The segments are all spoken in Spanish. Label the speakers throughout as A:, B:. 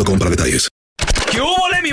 A: com para detalles.
B: ¿Qué hubo, mi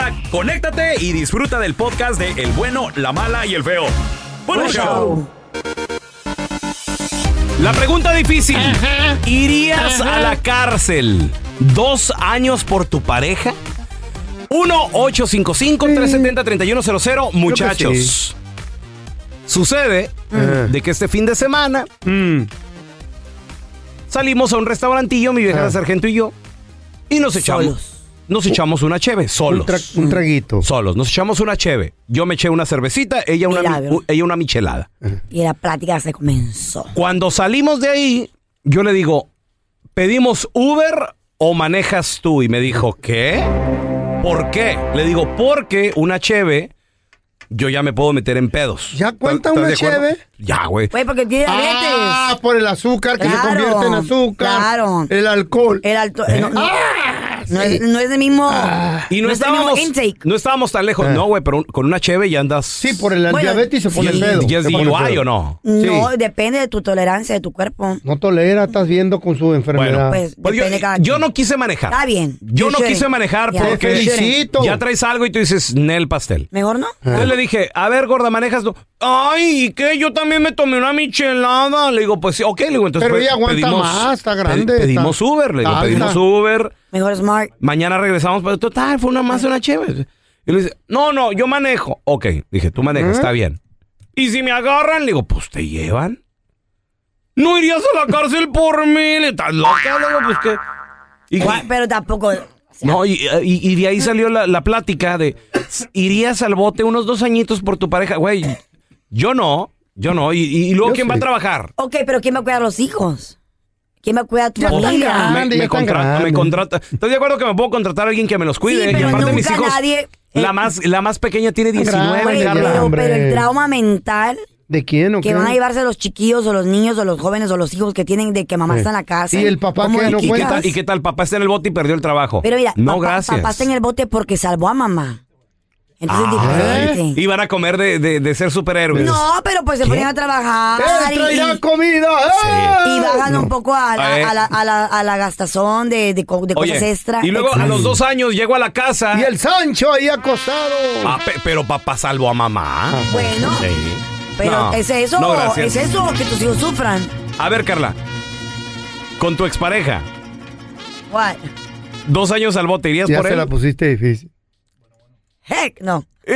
B: conéctate y disfruta del podcast de El bueno, la mala y el feo. Bueno show. La pregunta difícil. ¿Irías a la cárcel dos años por tu pareja? 1-855-370-3100. Muchachos. Sucede
C: Ajá.
B: de que este fin de semana
D: Mm.
B: salimos a un restaurantillo, mi vieja la sargento y yo, y nos echamos. Nos echamos una cheve, solos.
D: un traguito.
B: Solos. Nos echamos una cheve. Yo me eché una cervecita, ella una, mi-
E: Milagro.
B: u- ella una michelada.
E: Y la plática se comenzó.
B: Cuando salimos de ahí, yo le digo, ¿pedimos Uber o manejas tú? Y me dijo, ¿qué? ¿Por qué? Le digo, porque una cheve, yo ya me puedo meter en pedos. ¿Ya
D: cuenta una cheve?
B: Ya, güey.
E: Güey, porque tiene diabetes.
D: Ah, por el azúcar que se convierte en azúcar.
E: Claro.
D: El alcohol. ¿Eh?
E: El
D: Ah,
E: alcohol. No, no- no es, no es el mismo.
B: Y no,
E: no es el mismo
B: estábamos,
E: intake.
B: no estábamos tan lejos. No, güey, pero un- con una cheve ya andas... Sí,
D: Eh. por el
E: Bueno,
D: diabetes se pone
B: y-
D: pedo.
B: ¿Y es
D: Se pone
B: DUI
D: pedo.
B: o no?
E: No, depende de tu tolerancia, de tu cuerpo.
D: No tolera, estás viendo con su enfermedad.
E: Pues,
B: Pues yo,
E: depende cada
B: yo
E: quien.
B: no quise manejar.
E: Está bien.
B: Yo
E: You
B: no
E: shouldn't.
B: quise manejar
E: Ya.
B: porque
D: Te felicito.
B: ya traes algo y tú dices, Nel pastel.
E: Mejor no.
B: Entonces le dije, a ver, gorda, manejas tú. Ay, ¿y qué? Yo también me tomé una michelada. Le digo, pues sí, ok, le digo, entonces.
D: Pero
B: pe-
D: ella aguanta más, está grande,
B: pe- pedimos
D: está-
B: Uber, le digo,
D: está
B: pedimos
D: alta.
B: Uber.
E: Mejor smart.
B: Mañana regresamos, pero total, fue una más, una chévere. Y le dice, no, no, yo manejo. Ok, dije, tú manejas, está bien. Y si me agarran, le digo, pues te llevan. No irías a la cárcel por mí, le estás loca, le digo, pues qué. Y-
E: Gua- Pero tampoco.
B: no, y, y- y de ahí salió la, la plática de irías al bote unos dos añitos por tu pareja, güey. Yo no, yo no. Y, y- y luego,
D: Yo
B: ¿quién
D: sí.
B: va a trabajar?
E: Ok, pero ¿quién va a cuidar a los hijos? ¿Quién va a cuidar a tu
D: Ya están
E: familia?
D: grandes.
B: me,
D: ya
B: me
D: están
B: contrata, me
D: grandes.
B: contrata. Estoy de acuerdo que me puedo contratar a alguien que me los cuide.
E: Sí,
B: y
E: pero
B: aparte, mis
E: nunca
B: hijos.
E: nadie-
B: La, más, la más pequeña tiene 19,
D: Grande,
E: Güey,
D: Carla.
E: pero,
B: Carla.
D: hombre.
E: pero el trauma mental
D: ¿De quién o
E: que
D: qué?
E: van a llevarse los chiquillos o los niños o los jóvenes o los hijos que tienen de que mamá está en la casa. ¿eh?
D: Y el papá
E: ¿Cómo
D: que
E: le
D: no
B: ¿Y
E: quitas?
B: qué,
D: cuentas?
B: tal, ¿Y qué tal? Papá está en el bote y perdió el trabajo.
E: Pero mira,
B: no,
E: papá,
B: gracias.
E: papá está en el bote porque salvó a mamá. Entonces
B: Ay,
E: es diferente.
B: Iban Ah. a comer de, de- de ser superhéroes.
E: No, pero pues se ponían a trabajar
D: ¡Eh,
E: y,
D: traerá
E: y-
D: comida!
E: y
D: ¡Eh!
E: bajan un poco a la,
B: A ver.
E: a la- a la- a la gastazón de, de co- de
B: Oye,
E: cosas extra.
B: y luego a los dos años llego a la casa.
D: Y el Sancho ahí acostado.
B: Ah, pe- pero papá salvó a mamá.
E: Bueno.
B: Sí.
E: Pero
B: No,
E: es eso,
B: no, gracias.
E: es eso que tus hijos sufran.
B: A ver, Carla. Con tu expareja,
E: What?
B: dos años al bote, ¿irías
D: Ya
B: por
D: se
B: él?
D: la pusiste difícil.
E: Heck, no.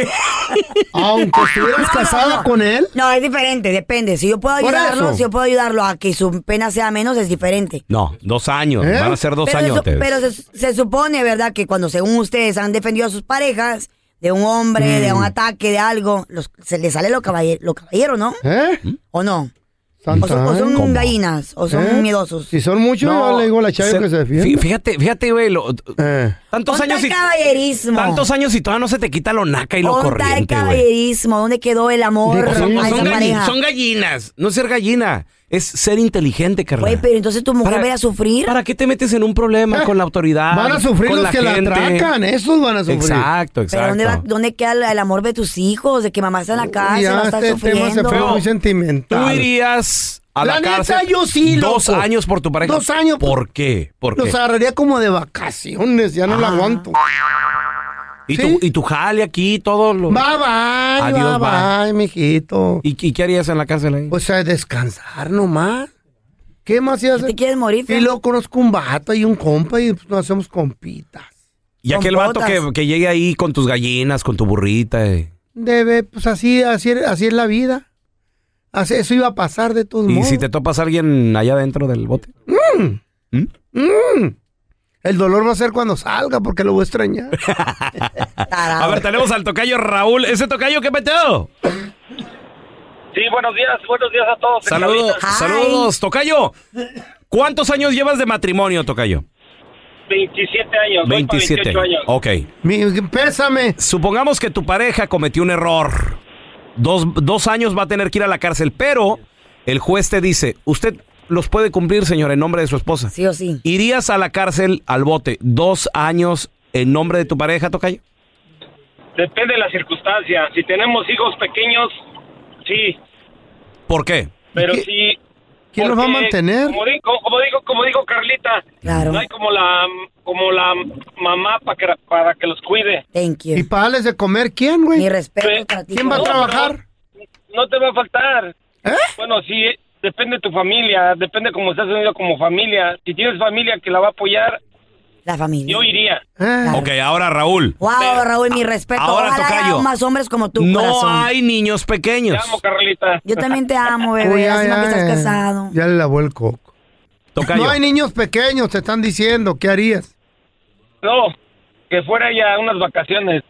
D: Aunque estuvieras casada con él.
E: No, es diferente, depende. Si yo puedo
D: Por
E: ayudarlo,
D: eso.
E: si yo puedo ayudarlo a que su pena sea menos, es diferente.
B: No, dos años.
D: ¿Eh?
B: Van a ser dos
E: pero
B: años
E: se,
B: ustedes.
E: pero se, se supone, ¿verdad?, que cuando según ustedes han defendido a sus parejas de un hombre, de un
D: Mm.
E: ataque, de algo, los- se les sale lo caballero, lo caballero ¿no?
D: ¿Eh?
E: ¿O no?
D: Tan,
E: O son, o
D: tan.
E: son
B: ¿Mm? ¿Cómo?
E: gallinas, o son
D: ¿Eh?
E: miedosos.
D: Si son muchos, yo le digo a la Chayo
B: se-
D: que se defienda.
B: fí- Fíjate, fíjate, güey. lo-
D: Eh.
B: Tantos
E: ¿Dónde
B: años
E: el
B: y.
E: caballerismo?
B: Tantos años y todavía no se te quita lo naca y lo
E: ¿Dónde está el
B: corriente, güey.
E: caballerismo? ¿Dónde quedó el
D: ¿De
E: amor
D: qué?
E: a
B: Son,
E: esa
B: son galli-
E: pareja?
B: son gallinas. No ser gallina. Es ser inteligente, carnal.
E: Güey, pero entonces tu mujer
B: Para-
E: vaya a sufrir.
B: ¿Para qué te metes en un problema
D: Eh,
B: con la autoridad?
D: Van a sufrir
B: con
D: los que
B: gente?
D: la atracan, esos van a sufrir.
B: Exacto, exacto.
E: Pero ¿dónde, va, ¿dónde queda el, el amor de tus hijos? De que mamá está en la casa y va
D: ya
E: a estar
D: este tema se
E: sufriendo.
D: fue muy
B: ¿Tú
D: sentimental.
B: irías a la,
D: La neta,
B: cárcel
D: yo sí,
B: dos
D: loco.
B: años por tu pareja?
D: Dos años.
B: ¿Por qué? ¿Por qué? Ah.
D: Los agarraría como de vacaciones, ya no la aguanto.
B: ¿Y,
D: ¿sí?
B: tu, ¿Y tu jale aquí, todo lo...
D: Bye bye,
B: Adiós,
D: bye bye, mijito.
B: ¿Y, y qué harías en la cárcel ahí?
D: Pues a descansar nomás. ¿Qué más se
E: ¿Te
D: hace?
E: quieres morir?
D: Y luego conozco un vato y un compa y pues, nos hacemos compitas.
B: y aquel
E: con
B: vato
E: botas.
B: que, que llegue ahí con tus gallinas, con tu burrita. eh.
D: Debe, pues así, así, así es la vida. Así- eso iba a pasar de todos
B: ¿Y
D: modos. Mm.
B: si te topas a alguien allá dentro del bote? ¿Mm?
D: El dolor va a ser cuando salga porque lo voy a extrañar.
E: Tarado.
B: A ver, tenemos al tocayo Raúl. ¿Ese tocayo qué peteo?
C: Sí, buenos días, buenos días a todos.
B: Saludos,
E: Ay.
B: saludos, tocayo. ¿Cuántos años llevas de matrimonio, tocayo?
C: 27 años. voy para
B: 27.
C: 28 años.
B: Ok.
D: Mi, pésame.
B: Supongamos que tu pareja cometió un error. Dos, dos años va a tener que ir a la cárcel, pero el juez te dice, usted los puede cumplir, señor, en nombre de su esposa.
E: Sí o sí.
B: ¿Irías a la cárcel al bote dos años en nombre de tu pareja, tocayo?
C: Depende de las circunstancias. Si tenemos hijos pequeños, sí.
B: ¿Por qué?
C: Pero
D: ¿Y qué-
C: sí.
D: quién los va a
C: porque,
D: mantener?
C: Como dijo, como dijo, como dijo Carlita,
E: Claro.
C: no hay como la, como la mamá para que, para que los cuide.
E: Thank
D: ¿Y
E: you.
D: pagarles de comer quién, güey?
E: Mi respeto
C: ¿Qué?
E: para ti.
D: ¿Quién va a
C: No,
E: güey.
D: trabajar?
C: No te va a faltar.
D: ¿Eh?
C: Bueno, sí, depende de tu familia, depende cómo estás unido como familia. Si tienes familia que la va a apoyar,
E: La familia.
C: yo iría.
D: Eh,
B: Ok, ahora Raúl.
E: Wow, Raúl, mi respeto.
B: Ahora,
E: Ojalá haya
B: tocayo.
E: más hombres como tú,
B: No
E: corazón.
B: hay niños
C: Te
B: pequeños.
C: amo, Carlita.
E: Yo también te amo, bebé.
D: uy, ya,
E: Lástima
D: ya,
E: que estás
D: eh,
E: casado.
D: ya le lavó el coco.
B: Tocayo.
D: No hay niños pequeños, te están diciendo. ¿Qué harías?
C: No, que fuera ya unas vacaciones.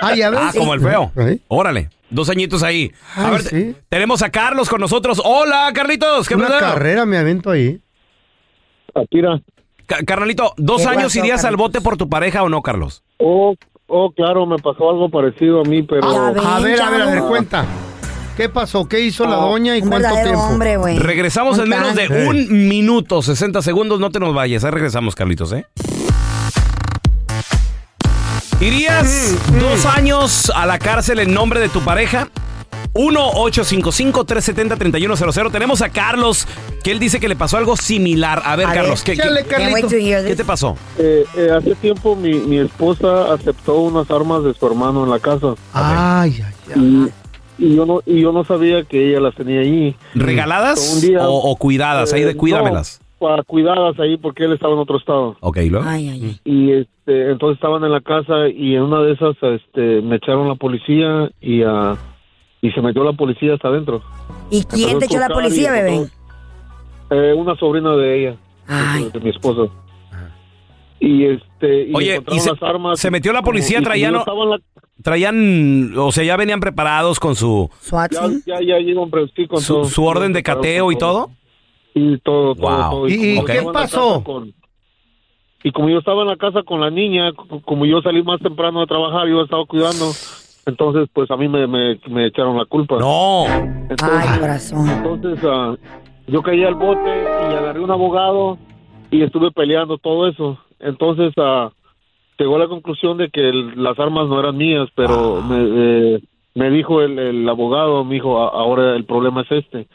D: Ah, ya ves.
B: Ah, como el feo.
D: Ay.
B: Órale, dos añitos ahí. A
D: Ay,
B: ver,
D: sí.
B: te- tenemos a Carlos con nosotros. Hola, Carlitos. ¿Qué
D: Una
B: pedo?
D: carrera me avento ahí.
F: Shakira.
B: Ca- Carnalito, ¿dos
E: ¿Qué
B: años
E: pasó,
B: irías al
E: Carlitos?
B: bote por tu pareja o no, Carlos?
F: Oh, oh, claro, me pasó algo parecido a mí, pero
E: Ya ven,
D: Ah, a ver, a ver, a ver,
E: chavo.
D: cuenta. ¿Qué pasó? ¿Qué hizo
F: Ah,
D: la doña y
E: Un
D: cuánto
E: verdadero
D: tiempo?
E: hombre, güey.
B: Regresamos en
E: Un
B: menos de
E: tan-
D: Sí.
B: un minuto, 60 segundos. No te nos vayas. Ahí regresamos, Carlitos, ¿eh? ¿Irías dos años a la cárcel en nombre de tu pareja? 1-855-370-3100. Tenemos a Carlos, que él dice que le pasó algo similar. A ver,
E: A ver,
B: Carlos, ¿qué-
D: Échale,
B: qué,
E: Can't wait
D: Carlito.
E: to hear
B: qué
E: this.
B: te pasó?
F: eh, eh, hace tiempo mi, mi esposa aceptó unas armas de su hermano en la casa
D: Ay, ay, ay.
E: Mm.
F: y, y yo no y yo no sabía que ella las tenía allí.
B: ¿Regaladas
F: Un día,
B: o, o cuidadas? Ahí
F: Eh,
B: de cuídamelas.
F: no, para cuidadas ahí porque él estaba en otro estado
B: Ok, ¿y luego?
E: Ay, ay, ay.
F: y este entonces estaban en la casa y en una de esas este me echaron la policía y ah, y se metió la policía hasta adentro.
E: ¿Y quién te echó la policía, bebé?
F: Eh, una sobrina de ella.
E: Ay.
F: de mi esposa. Y este. Y
B: Oye,
F: le encontraron
B: y se-
F: las armas.
B: se metió la policía,
F: y como
B: traían-
F: yo estaba en la-
B: Traían, o sea, ya venían preparados con su,
E: ¿SWAT
F: Ya,
E: team?
F: ya, ya, llegan, pero sí, con
B: su,
F: todo.
B: su orden de cateo y todo.
F: Y todo, todo,
B: Wow.
F: todo.
D: ¿Y- y
F: como
D: qué
F: estaba en la
D: pasó?
F: casa con- y como yo estaba en la casa con la niña, co- como yo salí más temprano a trabajar, yo estaba cuidando. Entonces, pues a mí me, me, me echaron la culpa.
B: No.
F: Entonces,
E: Ay, corazón.
F: Entonces ah, yo caí al bote y agarré un abogado y estuve peleando todo eso. Entonces ah, llegó a la conclusión de que el- las armas no eran mías, pero me, eh, me dijo el, el abogado, me dijo, "A- ahora el problema es este,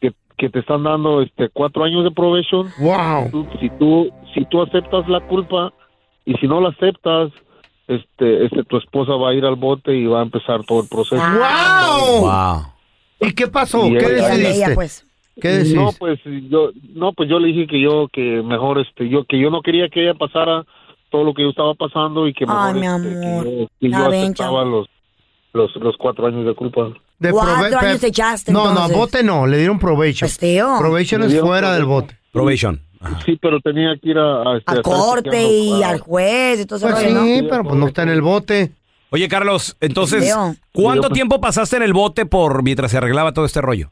F: que, que te están dando este cuatro años de probation.
D: Wow.
F: Tú- si tú si tú aceptas la culpa y si no la aceptas, este, este tu esposa va a ir al bote y va a empezar todo el proceso.
D: Wow.
B: Wow.
D: ¿Y qué pasó?
F: Y
D: ¿Qué Este,
F: ella-
E: Ella,
D: decidiste?
E: ella, pues.
D: ¿Qué decidiste?
F: No, pues yo no, pues yo le dije que yo que mejor este yo que yo no quería que ella pasara todo lo que yo estaba pasando y que mejor
E: Ay, mi
F: este, que
E: amor.
F: yo- que
E: Ya
F: yo
E: ven,
F: aceptaba
E: chavo.
F: los, los, los cuatro años de culpa.
D: De
E: Cuatro
D: prove-
E: años
D: pe-
E: echaste,
D: No, no,
E: entonces.
D: bote no, le dieron probation.
E: Pues, tío.
D: Probation
F: Le
D: es
F: dieron
D: fuera del bote.
B: Probation. Ajá.
F: Sí, pero tenía que ir a... A, este,
E: A
F: estar
E: corte
F: chequeando,
E: y
F: a-
E: al juez y todo eso.
D: Pues sí,
E: rollo, ¿no?
D: pero pues no está en el bote.
B: Oye, Carlos, entonces,
E: Leo.
B: ¿cuánto
F: Leo, pues.
B: tiempo pasaste en el bote por mientras se arreglaba todo este rollo?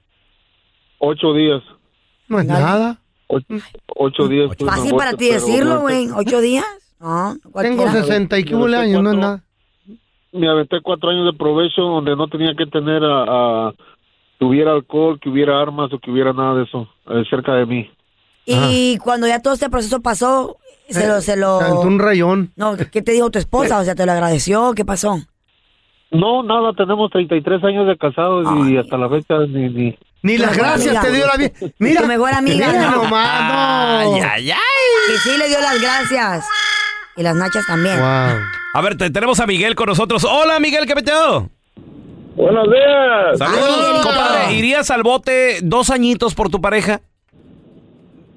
F: Ocho días.
D: No es
E: Dale.
D: nada.
F: Ocho, ocho días. estuve en el
E: Fácil
F: bote,
E: para ti
F: pero
E: decirlo,
F: me-
E: güey. ¿Ocho días? No,
D: Tengo
E: cualquiera.
D: 60 y
F: Yo
D: qué
F: sé
D: años, no es
F: cuánto-
D: nada.
F: Me aventé cuatro años de provecho donde no tenía que tener a, a- que hubiera alcohol, que hubiera armas o que hubiera nada de eso eh, cerca de mí.
E: Y cuando ya todo este proceso pasó, se lo... Se lo...
D: Cantó un rayón.
E: No, ¿qué te dijo tu esposa? O sea, ¿te lo agradeció? ¿Qué pasó?
F: No, nada, tenemos 33 años de casados y hasta la fecha ni... ni
D: Ni las
E: mejor
D: gracias
E: amiga.
D: te dio la vida. Mira,
E: Tu mejor amiga,
D: mira
E: ¿no?
D: nomás, no.
B: ay, ay.
E: Y sí le dio las gracias. Y las nachas también.
D: Wow.
B: A ver, te- tenemos a Miguel con nosotros. Hola, Miguel, ¿qué peteo?
C: Buenos días.
B: Saludos,
E: Miguelito.
B: compadre. ¿Irías al bote dos añitos por tu pareja?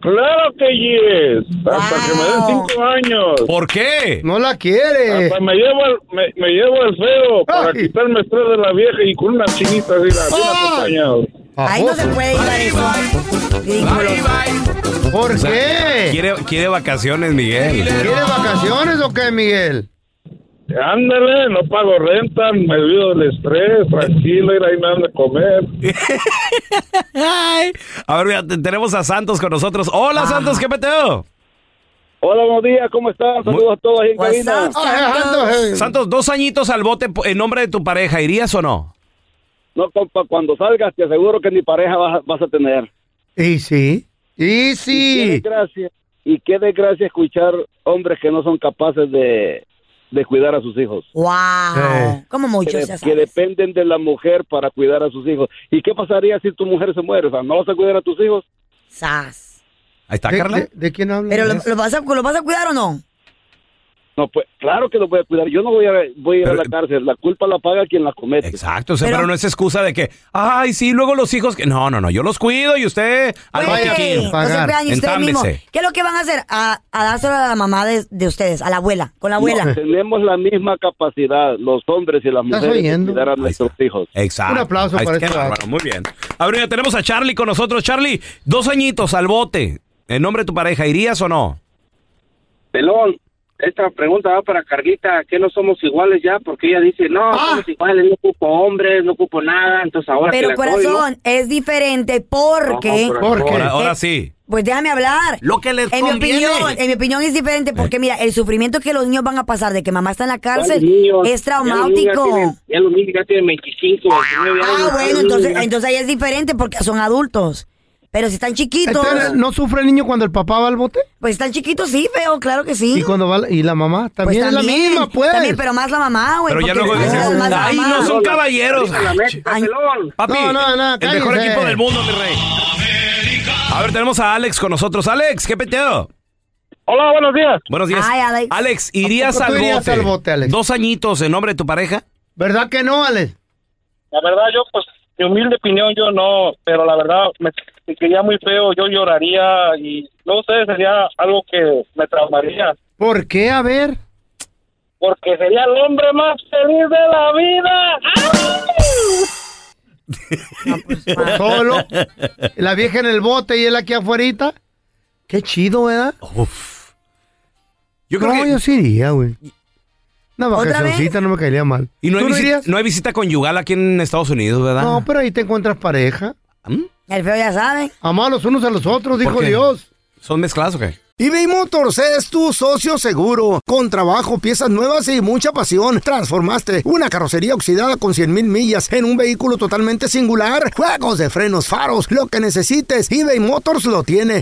C: Claro que yes. Hasta que me den
E: Wow.
C: cinco años.
B: ¿Por qué?
D: No la quiere.
C: Hasta Ah, pues me llevo al, me, me llevo al feo para
D: Ay.
C: quitarme estrés de la vieja y con unas chinitas y la bien
D: Ah.
C: acompañado.
E: Ahí no se puede ir a eso. Ridículo.
D: ¿Por qué?
B: Quiere, quiere vacaciones, Miguel.
D: ¿Quiere vacaciones o qué, Miguel?
C: Ándale, no pago renta, me olvido del estrés, tranquilo, ir ahí me dan de comer.
B: Ay. A ver, mira, te- tenemos a Santos con nosotros. Hola, Santos, ¿qué peteo?
C: Hola, buenos días, ¿cómo están? Saludos a todos ahí en
E: What's
C: cabina.
E: up, Santos?
B: Santos, dos añitos al bote po- en nombre de tu pareja. ¿Irías o no?
C: No, compa, cuando salgas te aseguro que ni pareja vas, a- vas a tener.
D: Y sí. Y
C: Qué
D: sí.
C: desgracia. Y qué desgracia escuchar hombres que no son capaces de, de cuidar a sus hijos.
E: Wow.
D: Eh.
E: Como
C: Que,
E: muchos,
C: de-
E: ya
C: que
E: sabes.
C: dependen de la mujer para cuidar a sus hijos. ¿Y qué pasaría si tu mujer se muere? O sea, ¿no vas a cuidar a tus hijos? Eh,
E: Sas.
B: Ahí está,
D: ¿De,
B: Carla.
D: de- de quién habla?
E: Pero lo, lo vas a, ¿lo vas a cuidar o no?
C: No, pues claro que los voy a cuidar. Yo no voy a, voy a ir a la
B: Pero-
C: cárcel. La culpa la paga quien la comete.
B: Exacto, o sea,
E: Pero-
B: pero, no es excusa de que, ay, sí, luego los hijos que. No, no, no, yo los cuido y usted. al
E: Güey,
B: botiquín".
E: no se
D: Pagar.
E: crean ni ustedes
B: Entámbese.
E: mismos. ¿Qué es lo que van a hacer? A, a dárselo a la mamá de, de ustedes, a la abuela, con la abuela.
C: Tenemos la misma capacidad, los hombres y las
D: ¿Estás
C: mujeres, de
D: oyendo?
C: cuidar a
B: Ahí
C: nuestros
B: está.
C: hijos.
B: Exacto.
D: Un aplauso
B: Ahí
D: para
B: está,
D: este
B: qué
D: vato.
B: bárbaro, Muy bien. A ver, ya tenemos a Charlie con nosotros. Charlie, dos añitos al bote. En nombre de tu pareja, ¿irías o no?
C: Pelón, esta pregunta va para Carlita, que no somos iguales ya, porque ella dice, no,
E: Ah.
C: somos iguales, no ocupo hombres, no ocupo nada, entonces ahora que
E: Pero
C: la doy, ¿no?
E: corazón, es diferente porque...
C: No,
D: ¿Por qué?
B: Ahora, ahora
E: Eh,
B: sí.
E: Pues déjame hablar.
B: Lo que les
E: en mi
B: conviene. Eh.
E: opinión, en mi opinión es diferente porque mira, el sufrimiento que los niños van a pasar de que mamá está en la
C: Ya los
E: cárcel
C: niños-
E: es
C: Ya los niños ya tienen-
E: traumático.
C: ya los niños ya tienen 25, 29 años.
E: Ah,
C: ya
E: bueno,
C: los
E: entonces,
C: niños ya-
E: entonces ahí es diferente porque son adultos. Pero si están chiquitos,
D: Entonces, ¿No sufre el niño cuando el papá va al bote?
E: pues están chiquitos sí, feo, claro que sí.
D: ¿Y cuando va la- y la mamá?
E: Pues
D: También es la
E: también,
D: misma, pues.
E: También, pero más la mamá, güey.
B: Pero ya
E: porque
B: luego
E: les
B: dicen,
E: cuidas más la
B: ay,
E: mamá.
B: no son caballeros.
C: La meta,
E: Ay.
C: pelón.
B: Papi,
D: No, no, no,
B: el mejor
D: cállese.
B: equipo del mundo, mi rey. A ver, tenemos a Alex con nosotros. Alex, ¿qué peteo?
C: Hola, buenos días.
B: Buenos días.
E: Ay, Alex.
B: ¿irías,
D: ¿Tú
B: al,
D: irías
B: bote?
D: al bote, Alex?
B: Dos añitos en nombre de tu pareja.
D: ¿Verdad que no, Alex?
C: La verdad, yo, pues, de humilde opinión, yo no, pero la verdad, me, me quería muy feo, yo lloraría y no sé, sería algo que me traumaría.
D: ¿Por qué? A ver.
C: Porque sería el hombre más feliz de la vida.
E: No, pues, ma-
D: Solo. La vieja en el bote y él aquí afuerita. Qué chido, ¿verdad?
B: Uf. Yo creo
D: no,
B: que.
D: yo sí iría, güey. Una
E: ¿Otra
D: vacacioncita no me caería mal.
B: Y no hay,
D: ¿Tú no
B: visi-
D: irías?
B: no hay visita conyugal aquí en Estados Unidos, ¿verdad?
D: No, pero ahí te encuentras pareja.
B: ¿Mm?
E: el feo ya sabe.
D: Amar los unos a los otros, dijo
B: qué?
D: Dios.
B: ¿Son mezclados o qué?
D: eBay Motors es tu socio seguro. Con trabajo, piezas nuevas y mucha pasión, transformaste una carrocería oxidada con 100 mil millas en un vehículo totalmente singular. Juegos de frenos, faros, lo que necesites, eBay Motors lo tiene.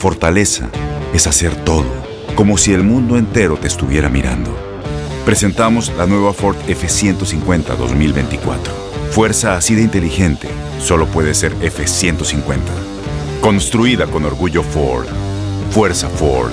G: fortaleza es hacer todo como si el mundo entero te estuviera mirando. presentamos la nueva Ford F150 2024. Fuerza así de inteligente solo puede ser F150. Construida con orgullo Ford. Fuerza Ford.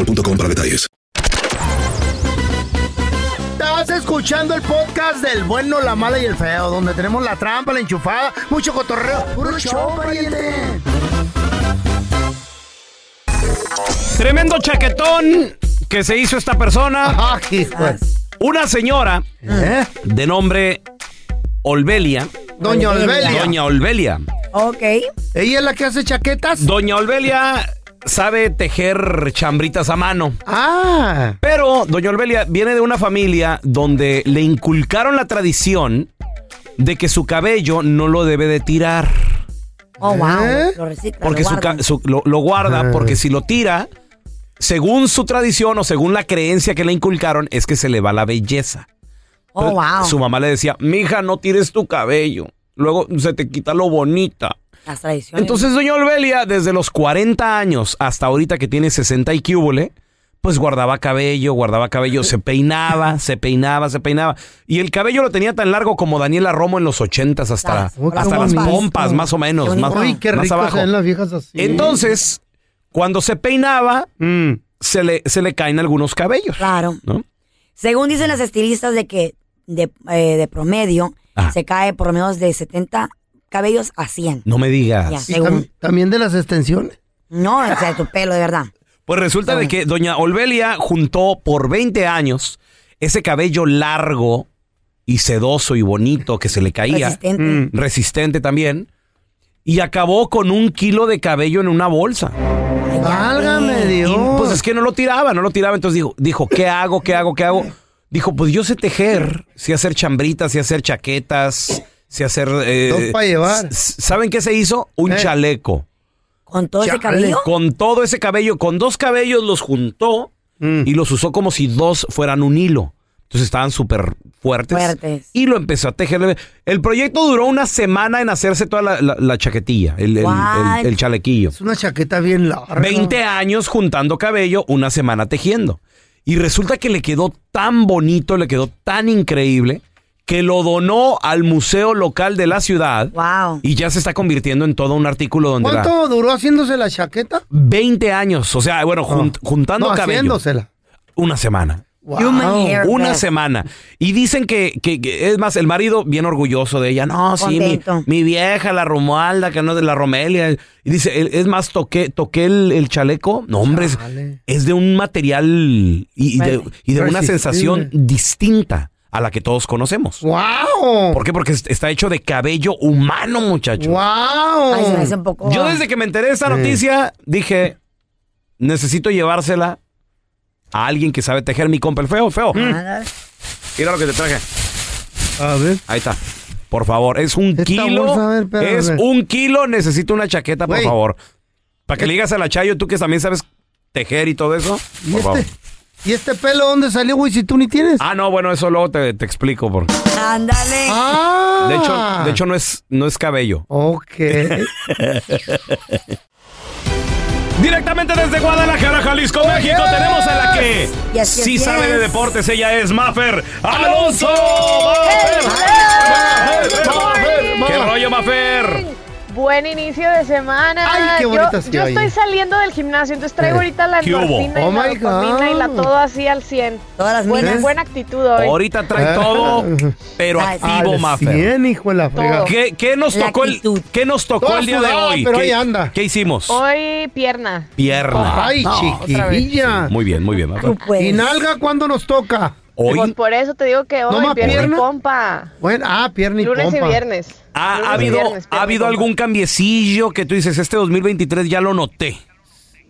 A: para detalles.
D: Estás escuchando el podcast del bueno, la mala y el feo, donde tenemos la trampa, la enchufada, mucho cotorreo. ¡Puro show, pariente!
B: Tremendo chaquetón que se hizo esta persona.
D: ¡Ah, hijo de-
B: Una señora
D: ¿Eh?
B: de nombre Olvelia.
D: Doña Olvelia.
B: Doña Olvelia.
E: Ok.
D: ¿Ella es la que hace chaquetas?
B: Doña Olvelia sabe tejer chambritas a mano.
D: ¡Ah!
B: Pero Doña Olvelia viene de una familia donde le inculcaron la tradición de que su cabello no lo debe de tirar.
E: Oh, wow.
D: ¿Eh?
E: Lo recicla.
B: Porque
E: lo
B: su ca-
E: guarda.
B: su- lo, lo guarda,
D: Ah.
B: porque si lo tira, según su tradición o según la creencia que le inculcaron, es que se le va la belleza.
E: Oh,
B: Entonces,
E: wow.
B: Su mamá le decía, mija, no tires tu cabello. Luego se te quita lo bonita.
E: Las tradiciones.
B: Entonces, doña Olvelia, desde los 40 años hasta ahorita que tiene 60 y cúbole, pues guardaba cabello, guardaba cabello, se peinaba, se peinaba, se peinaba. Y el cabello lo tenía tan largo como Daniela Romo en los 80 hasta,
E: Ah, qué
B: hasta las
E: bonito.
B: pompas, más o menos.
E: Qué
B: Más,
E: bonito.
D: ¡Uy, qué
B: más
D: rico
B: abajo.
D: se ven las viejas así!
B: Entonces, cuando se peinaba,
D: Mm.
B: se le, se le caen algunos cabellos.
E: Claro.
B: ¿no?
E: Según dicen las estilistas de que de, eh, de promedio
B: Ah.
E: se cae por lo menos de 70 cabellos a 100.
B: No me digas.
E: Ya.
D: Y
E: Según.
D: tam- también de las extensiones.
E: No, o sea, tu pelo, de verdad.
B: Pues resulta de que doña Olvelia juntó por 20 años ese cabello largo y sedoso y bonito que se le caía, Mm.
E: Resistente.
B: resistente también, y acabó con un kilo de cabello en una bolsa.
E: Ay, ya,
D: ¡Válgame
E: eh.
D: Dios!
B: Y pues es que no lo tiraba, no lo tiraba. Entonces dijo, dijo ¿qué hago? ¿Qué hago? ¿Qué hago? Dijo, pues yo sé tejer, sé hacer chambritas, sé hacer chaquetas, sé hacer... eh,
D: Dos pa' llevar.
B: s- ¿Saben qué se hizo? Un
D: Eh.
B: chaleco.
E: Con todo ese
D: Chale.
E: cabello.
B: Con todo ese cabello, con dos cabellos los juntó
D: Mm.
B: y los usó como si dos fueran un hilo. Entonces estaban súper fuertes.
E: Fuertes.
B: Y lo empezó a tejer. El proyecto duró una semana en hacerse toda la, la- la chaquetilla, el, el-
E: What?
B: el- el chalequillo.
D: Es una chaqueta bien larga.
B: 20 años juntando cabello, una semana tejiendo. Y resulta que le quedó tan bonito, le quedó tan increíble, que lo donó al museo local de la ciudad.
E: Wow.
B: Y ya se está convirtiendo en todo un artículo donde la-
D: ¿Cuánto duró haciéndose la chaqueta?
B: 20 años. O sea, bueno, jun- juntando
D: Ah. no,
B: cabello.
D: haciéndosela.
B: Una semana.
D: Wow.
E: Human hair.
B: Una
E: best.
B: semana. Y dicen que, que- que- es más, el marido bien orgulloso de ella. No, sí, mi,
E: Contento.
B: mi vieja, la Romualda, que no es de la Romelia. Y dice, "El- es más, toqué, toqué el, el chaleco. No, hombre, es,
D: Chale.
B: es de un material y, y de,
E: Pues,
B: y de una
D: Resistible.
B: sensación distinta a la que todos conocemos.
D: ¡Wow!
B: ¿Por qué? Porque es- está hecho de cabello humano, muchacho.
D: ¡Wow!
E: Ay, se me hace un poco.
B: Yo desde que me enteré de esta
D: Sí.
B: noticia dije, necesito llevársela a alguien que sabe tejer mi compa el feo, feo.
E: Ah,
B: Mira lo que te traje.
D: A ver.
B: Ahí está. Por favor, es un
D: Esta
B: kilo.
D: bolsa, a ver, espérame.
B: es un kilo, necesito una chaqueta, por
D: Güey.
B: favor. Para que le digas a la Chayo, tú que también sabes tejer y todo eso.
D: ¿Y
B: Por favor.
D: este, ¿Y este pelo dónde salió, güey, si tú ni tienes?
B: Ah, no, bueno, eso luego te, te explico. Porque...
E: Ándale.
D: ¡Ah!
B: De hecho, de hecho no, es, no es cabello.
D: Ok.
B: Directamente desde Guadalajara,
D: Oh,
B: Jalisco, México, tenemos a la que
E: Yes,
B: sí
E: yes,
B: sabe
E: yes.
B: de deportes. Ella es Maffer Alonso.
H: Hey,
B: Mafer,
H: hey,
B: Mafer,
H: hey,
B: Mafer. ¿Qué rollo, Mafer?
H: Buen inicio de semana.
D: Ay, qué bonito
H: yo
D: se
H: yo
D: oye.
H: estoy saliendo del gimnasio, entonces traigo ahorita la
B: ¿Qué hubo?
H: endorfina
D: Oh
H: y la
D: my
H: dopamina y la
D: God.
H: todo así al 100.
E: Todas las
H: Buena,
E: minas.
H: buena actitud hoy.
B: Ahorita trae
D: Ah.
B: todo, pero
E: Al
B: activo,
D: Al
B: Mafer.
D: 100, hijo de la fregada.
B: ¿Qué, qué nos
E: La
B: tocó el,
E: actitud.
B: qué nos tocó
D: Toda
B: el día de
D: sudada,
B: hoy?
D: pero
B: ¿Qué,
D: ahí anda.
B: qué hicimos?
H: Hoy pierna.
B: Pierna.
D: Ay,
H: otra vez.
D: chiquilla.
B: Muy bien, muy bien, Mafer.
E: Tú puedes.
D: ¿Y nalga cuándo nos toca?
H: Pues
B: Hoy
H: por eso te digo que hoy
D: más
H: pierna,
D: pierna?
H: y pompa.
D: Bueno, ah, pierna y
H: Lunes
D: pompa.
H: y viernes.
B: ha,
H: Lunes
B: ha
H: y
B: habido,
H: viernes,
B: ha
H: pierna y
B: habido
H: pompa.
B: algún cambiecillo que tú dices, este 2023 ya lo noté.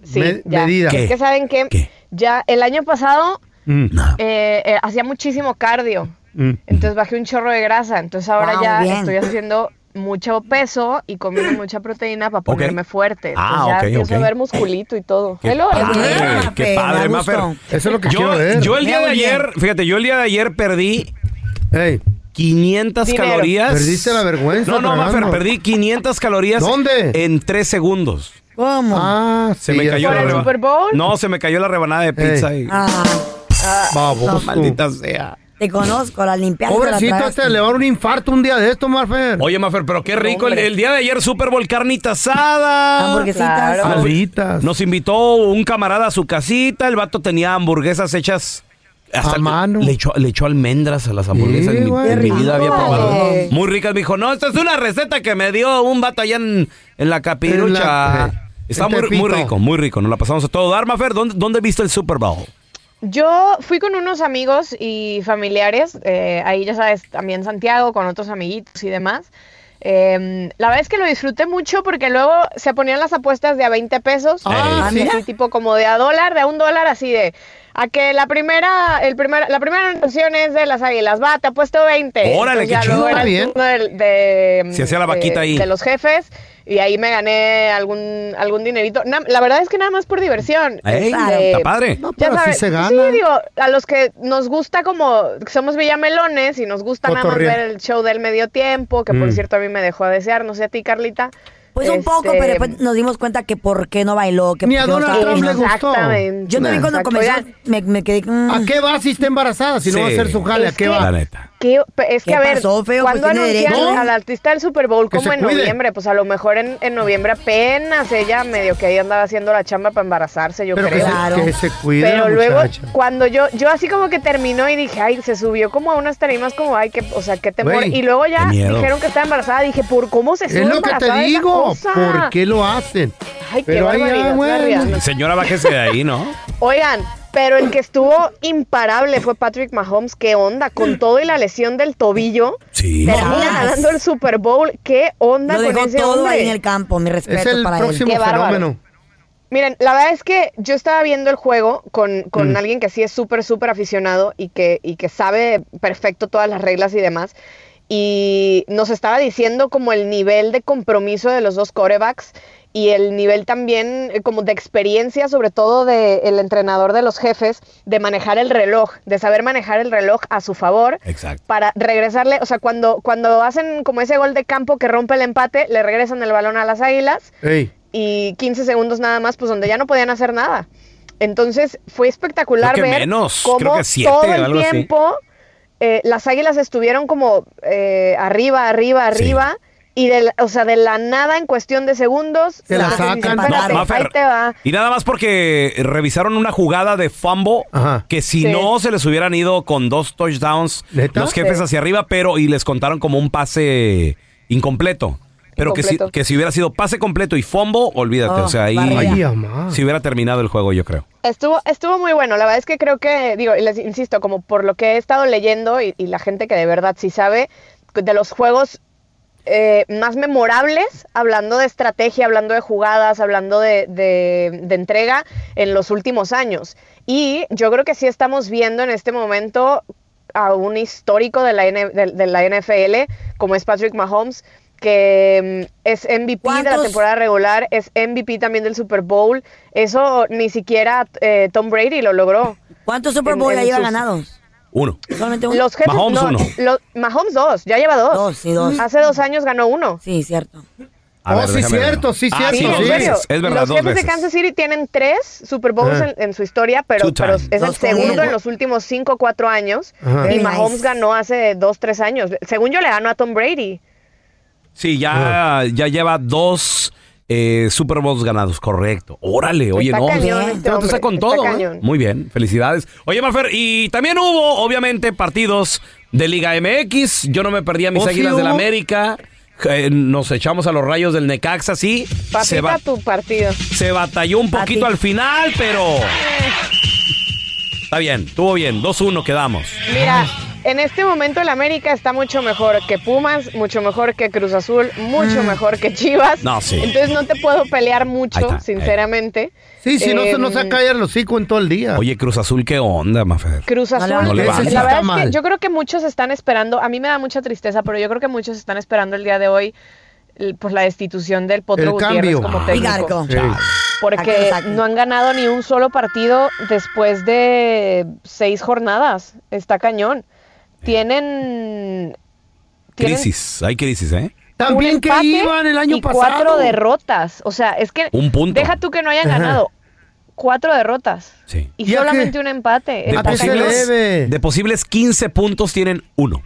H: Sí,
D: Me-
H: ya.
D: medida. Mm.
B: ¿Qué?
H: Es que saben que
B: ¿Qué? Ah.
H: ya el año pasado eh, eh, hacía muchísimo cardio. Entonces bajé un chorro de grasa. Entonces ahora
E: Wow,
H: ya
E: bien.
H: estoy haciendo mucho peso y comiendo mucha proteína para ponerme fuerte.
B: Ah,
H: Entonces ya
B: ok,
H: empiezo
B: ok.
H: a ver musculito y todo.
B: Qué
H: Hello,
B: padre,
H: hermano.
E: Mafer,
B: qué padre,
E: me gustó.
B: Mafer.
D: Eso es lo que quiero
B: Yo,
D: ver.
B: yo el día de
E: Muy bien.
B: ayer, fíjate, yo el día de ayer perdí
D: Ey,
B: 500
H: Dinero.
B: calorías.
D: Perdiste la vergüenza,
B: No, no,
D: tragando.
B: Mafer, perdí 500 calorías.
D: ¿Dónde?
B: En 3 segundos.
E: ¿Cómo?
D: ah,
B: Se
D: sí,
B: me
D: ya
B: cayó
H: ¿Por
B: la
H: el
D: sabes.
B: rebanada.
H: Super Bowl?
B: No, se me cayó la rebanada de pizza. y-
E: Ah,
D: Baboso.
B: Maldita sea.
E: te conozco, la limpiaste. la
D: Pobrecito,
E: tragaste.
D: este le va a dar un infarto un día de esto, Marfer.
B: Oye, Mafer, pero qué rico. El, el día de ayer, Super Bowl, carnita asada.
E: Hamburguesitas.
H: Claro.
D: Alitas.
B: Nos invitó un camarada a su casita. El vato tenía hamburguesas hechas
D: A mano.
B: Le echó, le echó almendras a las hamburguesas.
D: Sí,
B: en mi,
D: güey.
B: en mi vida había probado.
H: Órale.
B: Muy ricas. Me dijo, no, esta es una receta que me dio un vato allá en, en la
D: En
B: capirucha.
D: la-
B: Está
D: en
B: muy,
D: Tepito.
B: muy rico, muy rico. Nos la pasamos a todo. Dar, Mafer, ¿dónde, ¿dónde viste el Super Bowl?
H: Yo fui con unos amigos y familiares, eh, ahí ya sabes, también Santiago, con otros amiguitos y demás. Eh, la verdad es que lo disfruté mucho porque luego se ponían las apuestas de a 20 pesos,
B: Ah,
H: así,
E: mira.
H: tipo como de a dólar, de a un dólar, así de a que la primera, el primer, la primera noción es de las águilas, va, te apuesto 20.
B: Órale, qué
H: ya
B: chido.
H: luego era
D: Está
H: el
D: bien.
H: turno del- de,
B: Se hacía la
H: de-
B: vaquita ahí.
H: de los jefes y ahí me gané algún, algún dinerito. Na- la verdad es que nada más por diversión.
B: Ey,
H: Este,
B: está padre.
D: No, pero así se gana.
H: Sí, digo, a los que nos gusta como que somos villamelones y nos gusta nada más
D: Cotorrear. Mm.
H: ver el show del medio tiempo, que por cierto a mí me dejó a desear, no sé a ti, Carlita.
E: Pues un
H: Este,
E: poco, pero después nos dimos cuenta que por qué no bailó. Que
D: Ni
E: por
D: a
E: qué no
D: Donald
E: estaba
D: Trump le
E: bailando.
D: gustó.
H: Exactamente.
E: Yo también cuando
H: Exacto,
E: comenzó
H: oigan,
E: me, me quedé... mm,
D: ¿A qué va si está embarazada? Si no va a
B: Sí.
D: ser su jale, ¿a
H: Es
D: qué
H: que-
B: La
D: va?
B: neta.
H: ¿qué- es
E: ¿Qué
H: que a ver,
E: pasó, feo? Pues
H: cuando
E: tiene
H: anuncian
E: derecho.
H: al artista del Super Bowl
D: Que
H: como
D: se
H: en
D: cuide.
H: noviembre, pues a lo mejor en, en noviembre apenas ella medio que ahí andaba haciendo la chamba para embarazarse, yo
D: Pero que
H: creo.
D: se,
E: Claro.
D: que se cuide
H: Pero
D: la
H: luego,
D: muchacha.
H: cuando yo, yo así como que terminó y dije, ay, se subió como a unas tarimas como, ay, que, o sea, qué temor.
D: Güey,
H: y luego ya
B: qué miedo.
H: dijeron que estaba embarazada, dije, ¿por cómo se sube
D: Es lo que te
H: embarazada esa
D: digo.
H: cosa?
D: Oh, ¿Por qué lo hacen?
H: Ay, qué
D: Pero ahí,
H: barbaridad,
D: ah, bueno.
H: la real.
B: Señora, bájese de ahí, ¿no?
H: Oigan, pero el que estuvo imparable fue Patrick Mahomes. ¿Qué onda?
D: Mm.
H: Con todo y la lesión del tobillo,
B: Sí.
H: termina
E: Ah,
H: ganando el Super Bowl. ¿Qué onda
E: Lo
H: con
E: dejó
H: ese
E: todo
H: hombre?
E: ahí en el campo, mi respeto
D: Es el
E: para
D: próximo
H: Qué bárbaro.
D: fenómeno.
H: Miren, la verdad es que yo estaba viendo el juego con, con alguien que sí es súper, súper aficionado y que, y que sabe perfecto todas las reglas y demás. Y nos estaba diciendo como el nivel de compromiso de los dos corebacks y el nivel también eh, como de experiencia, sobre todo del el entrenador de los jefes, de manejar el reloj, de saber manejar el reloj a su favor
B: Exacto.
H: para regresarle, o sea, cuando, cuando hacen como ese gol de campo que rompe el empate, le regresan el balón a las águilas
D: Ey,
H: y 15 segundos nada más, pues donde ya no podían hacer nada. Entonces fue espectacular
B: Creo que
H: ver
B: menos,
H: cómo
B: creo que siete,
H: todo el
B: algo así.
H: tiempo eh, las águilas estuvieron como eh, arriba, arriba,
B: Sí.
H: arriba. Y de la, o sea, de la nada en cuestión de segundos.
D: Se la
H: dicen,
D: sacan.
H: "Espérate,
E: No,
H: ahí te va.
B: Y nada más porque revisaron una jugada de fumble
D: Ajá.
B: que si
H: Sí.
B: no se les hubieran ido con dos touchdowns
D: ¿Neta?
B: los jefes
H: Sí.
B: hacia arriba, pero y les contaron como un pase incompleto. Pero que si,
H: Incompleto.
B: que si hubiera sido pase completo y fumble, olvídate.
E: Oh,
B: o sea, ahí
E: barrida.
D: Ay, amá.
B: si hubiera terminado el juego, yo creo.
H: Estuvo, estuvo muy bueno. La verdad es que creo que, digo, y les insisto, como por lo que he estado leyendo y, y la gente que de verdad sí sabe, de los juegos eh, más memorables, hablando de estrategia, hablando de jugadas, hablando de, de- de entrega en los últimos años. Y yo creo que sí estamos viendo en este momento a un histórico de la, N de, de la NFL, como es Patrick Mahomes, que mm, es MVP de la
E: ¿Cuántos-
H: temporada regular, es MVP también del Super Bowl. Eso ni siquiera eh, Tom Brady lo logró.
E: ¿Cuántos Super
H: En-
E: Bowl ya
H: en
E: lleva
H: sus-
D: Oh,
E: ganados?
B: Uno.
E: Solamente uno.
H: Los jefes,
B: Mahomes
H: no,
B: uno.
H: lo- Mahomes dos, ya lleva dos.
E: Dos, sí, dos.
H: Hace dos años ganó uno.
E: Sí, cierto.
B: A
D: Oh,
B: ver,
D: sí,
B: déjame
D: cierto,
B: verlo.
D: sí,
B: Ah,
D: cierto,
H: Sí,
B: dos
H: en
D: sí.
H: serio.
B: veces. Es verdad,
H: los
B: dos
H: jefes
B: veces. Eh.
H: de Kansas City tienen tres Super Bowls
D: Ajá.
H: en, en su historia, pero,
B: Two
H: pero
B: times.
H: es el
E: Dos con
H: segundo
E: él.
H: en los últimos cinco o cuatro años.
D: Ajá.
H: Y
E: Very
H: Mahomes
E: nice.
H: ganó hace dos, tres años. Según yo, le ganó a Tom Brady.
B: Sí,
D: Ah.
B: ya, ya lleva dos eh, Super Bowls ganados, correcto. Órale, oye,
H: Está
B: no.
H: cañón
B: este
H: este
B: vato está
H: hombre,
B: con
H: está
B: todo. ¿eh?
H: cañón.
B: Muy bien, felicidades. Oye, Marfer, y también hubo, obviamente, partidos de Liga MX. Yo no me perdí a mis
D: ¿Oh, sí
B: águilas del
D: hubo?
B: América. Eh, nos echamos a los rayos del Necaxa, sí. Se,
H: Papita
B: ba-
H: tu partido.
B: se batalló un poquito
E: Patita.
B: al final, pero. Está bien, estuvo bien. 2-1 quedamos.
H: Mira, En este momento el América está mucho mejor que Pumas, mucho mejor que Cruz Azul,
E: Mm.
H: mucho mejor que Chivas.
B: No, sí.
H: Entonces no te puedo pelear mucho,
B: Ahí está, eh. ahí.
H: sinceramente.
D: Sí, si no, se- no
H: Em,
D: se calla el hocico en todo el día.
B: Oye, Cruz Azul, ¿qué onda, Mafer?
H: Cruz
E: No
H: Azul,
E: le va- No
B: le va.
H: la
B: Ese sí
D: está
H: verdad es
D: mal.
H: que yo creo que muchos están esperando, a mí me da mucha tristeza, pero yo creo que muchos están esperando el día de hoy el- pues la destitución del Potro
D: El
H: Gutiérrez
D: cambio.
H: como
E: Y
H: técnico.
E: Garco.
D: Sí.
E: ¿A qué lo
H: Porque
E: sacan?
H: no han ganado ni un solo partido después de seis jornadas. Está cañón. Tienen. tienen
B: Crisis, hay crisis, ¿eh?
D: También
H: un
D: que
H: empate
D: iban el año
H: y
D: pasado.
H: Cuatro derrotas. O sea, es que.
B: Un punto.
H: Deja tú que no hayan
D: Ajá.
H: ganado. Cuatro derrotas.
B: Sí.
H: Y,
D: ¿Y a
H: solamente
D: qué?
H: un empate.
D: ¿A
H: Está
D: qué se
H: cañón.
D: debe?
B: de posibles 15 puntos tienen uno.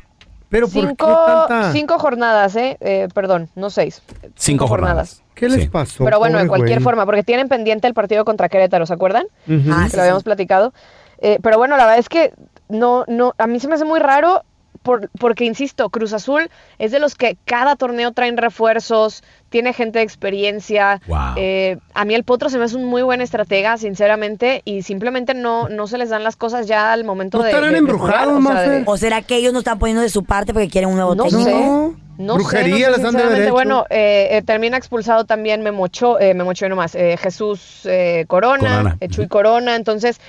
D: Pero ¿por qué
H: Cinco,
D: tanta?
H: cinco jornadas, ¿eh? Eh, Perdón, no seis.
B: Cinco jornadas.
D: ¿Qué les
B: Sí.
D: pasó?
H: Pero bueno, de
D: Pobre
H: cualquier
D: güey.
H: forma, porque tienen pendiente el partido contra Querétaro, ¿se acuerdan?
D: Ujú.
E: Ah,
H: que
E: sí,
H: lo habíamos
E: sí.
H: platicado. Eh, pero bueno, la verdad es que no, no, a mí se me hace muy raro por- porque, insisto, Cruz Azul es de los que cada torneo traen refuerzos, tiene gente de experiencia.
B: Wow.
H: Eh, a mí el Potro se me hace un muy buen estratega, sinceramente, y simplemente no, no se les dan las cosas ya al momento
D: ¿No
H: de...
D: estarán
H: de- de
D: embrujados,
H: jugar, o sea,
D: Mafer?
H: de-
E: ¿O será que ellos no están poniendo de su parte porque quieren un nuevo
H: No
E: técnico?
H: sé.
D: No,
H: No sé,
D: brujería
H: no sé,
D: les han de haber
H: sinceramente.
D: hecho.
H: Bueno, eh, eh, termina expulsado también Memocho, eh, Memocho nomás, eh, Jesús eh, Corona,
B: Corona.
H: eh, Chuy Corona. Entonces,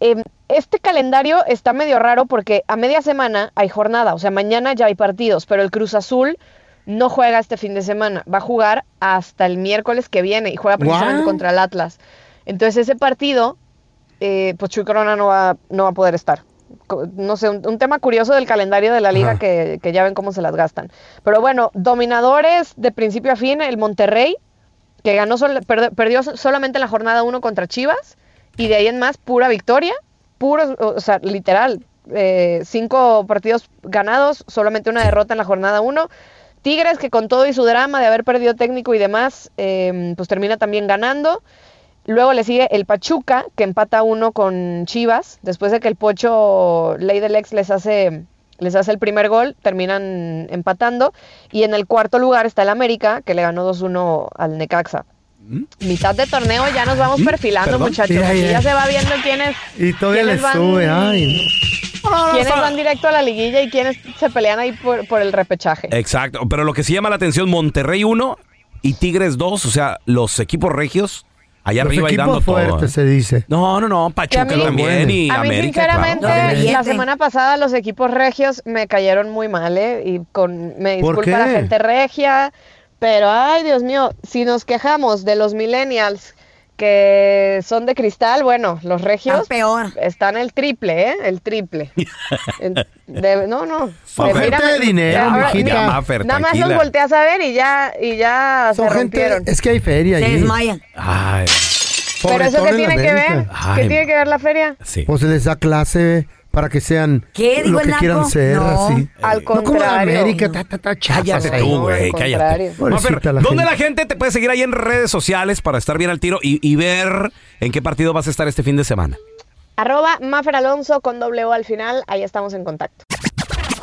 H: eh, este calendario está medio raro porque a media semana hay jornada, o sea, mañana ya hay partidos, pero el Cruz Azul no juega este fin de semana, va a jugar hasta el miércoles que viene y juega precisamente
D: Guau.
H: contra el Atlas. Entonces, ese partido, eh, pues Chuy Corona no va, no va a poder estar. Co- No sé, un, un tema curioso del calendario de la liga
D: Ajá.
H: que, que ya ven cómo se las gastan. Pero bueno, dominadores de principio a fin, el Monterrey, que ganó sol- perd- perdió so- solamente en la jornada 1 contra Chivas, y de ahí en más pura victoria, puros, o o sea, literal, eh, cinco partidos ganados, solamente una derrota en la jornada 1. Tigres, que con todo y su drama de haber perdido técnico y demás, eh, pues termina también ganando. Luego le sigue el Pachuca, que empata uno con Chivas. Después de que el Pocho Ley del Ex les hace, les hace el primer gol, terminan empatando. Y en el cuarto lugar está el América, que le ganó 2-1 al Necaxa. Mitad de torneo ya nos vamos perfilando,
B: ¿Perdón?
H: muchachos.
D: Mira,
H: Aquí
D: mira.
H: ya se va viendo quiénes,
D: Y todavía
H: ¿Quiénes
D: les
H: van?
D: sube, ay.
H: quiénes van directo a la liguilla y quiénes se pelean ahí por, por el repechaje.
B: Exacto, pero lo que sí llama la atención, Monterrey 1 y Tigres 2, o sea, los equipos regios allá
D: Los
B: arriba y dando
D: equipos
B: todo. ¿eh?
D: fuertes se dice.
B: No, no, no, Pachuca
H: Que a mí-
B: también y
H: A mí,
B: América.
H: sinceramente,
B: claro.
E: claro.
H: la
E: Obviamente.
H: semana pasada los equipos regios me cayeron muy mal, ¿eh? Y con, me
D: ¿Por
H: disculpa la
D: qué?
H: gente regia, pero ay, Dios mío, si nos quejamos de los millennials que son de cristal, bueno, los
E: Está
H: regios
E: peor.
H: están el triple, ¿eh? El triple. En- de- no, no.
B: Son
H: De-
D: gente de dinero,
H: ahora,
D: mijita.
B: Ya, Mafer,
H: nada más
B: tranquila.
H: los volteas a ver y ya, y ya se
D: Son gente,
H: rompieron.
D: es que hay feria
E: Se
D: allí.
E: desmayan.
B: Ay,
H: Pero eso
D: Pobretón
H: qué
D: en
H: tiene que
D: América.
H: ver,
B: Ay,
H: qué tiene que ver la feria.
B: sí.
D: Pues se les da clase para que sean
E: ¿Qué?
D: lo
E: Digo el
D: que quieran
E: naco.
D: ser,
E: No.
D: así.
H: Al
D: No como la
H: contrario.
D: América, ta, ta, ta,
B: Cállate
D: chafas ahí.
B: tú,
H: no,
B: güey,
H: al
B: eh, cállate.
H: contrario.
D: Pobrecita
B: Mafer,
D: la
B: ¿dónde
D: gente.
B: la gente te puede seguir ahí en redes sociales para estar bien al tiro y, y ver en qué partido vas a estar este fin de semana?
H: Arroba Mafer Alonso con doble O al final, ahí estamos en contacto.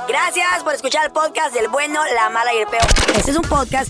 E: Gracias por escuchar el podcast del bueno, la mala y el peor. Este es un podcast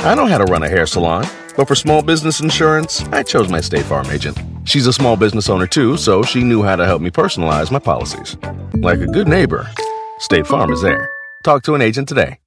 I: I know how to run a hair salon, but for small business insurance, I chose my State Farm agent. She's a small business owner too, so she knew how to help me personalize my policies. Like a good neighbor, State Farm is there. Talk to an agent today.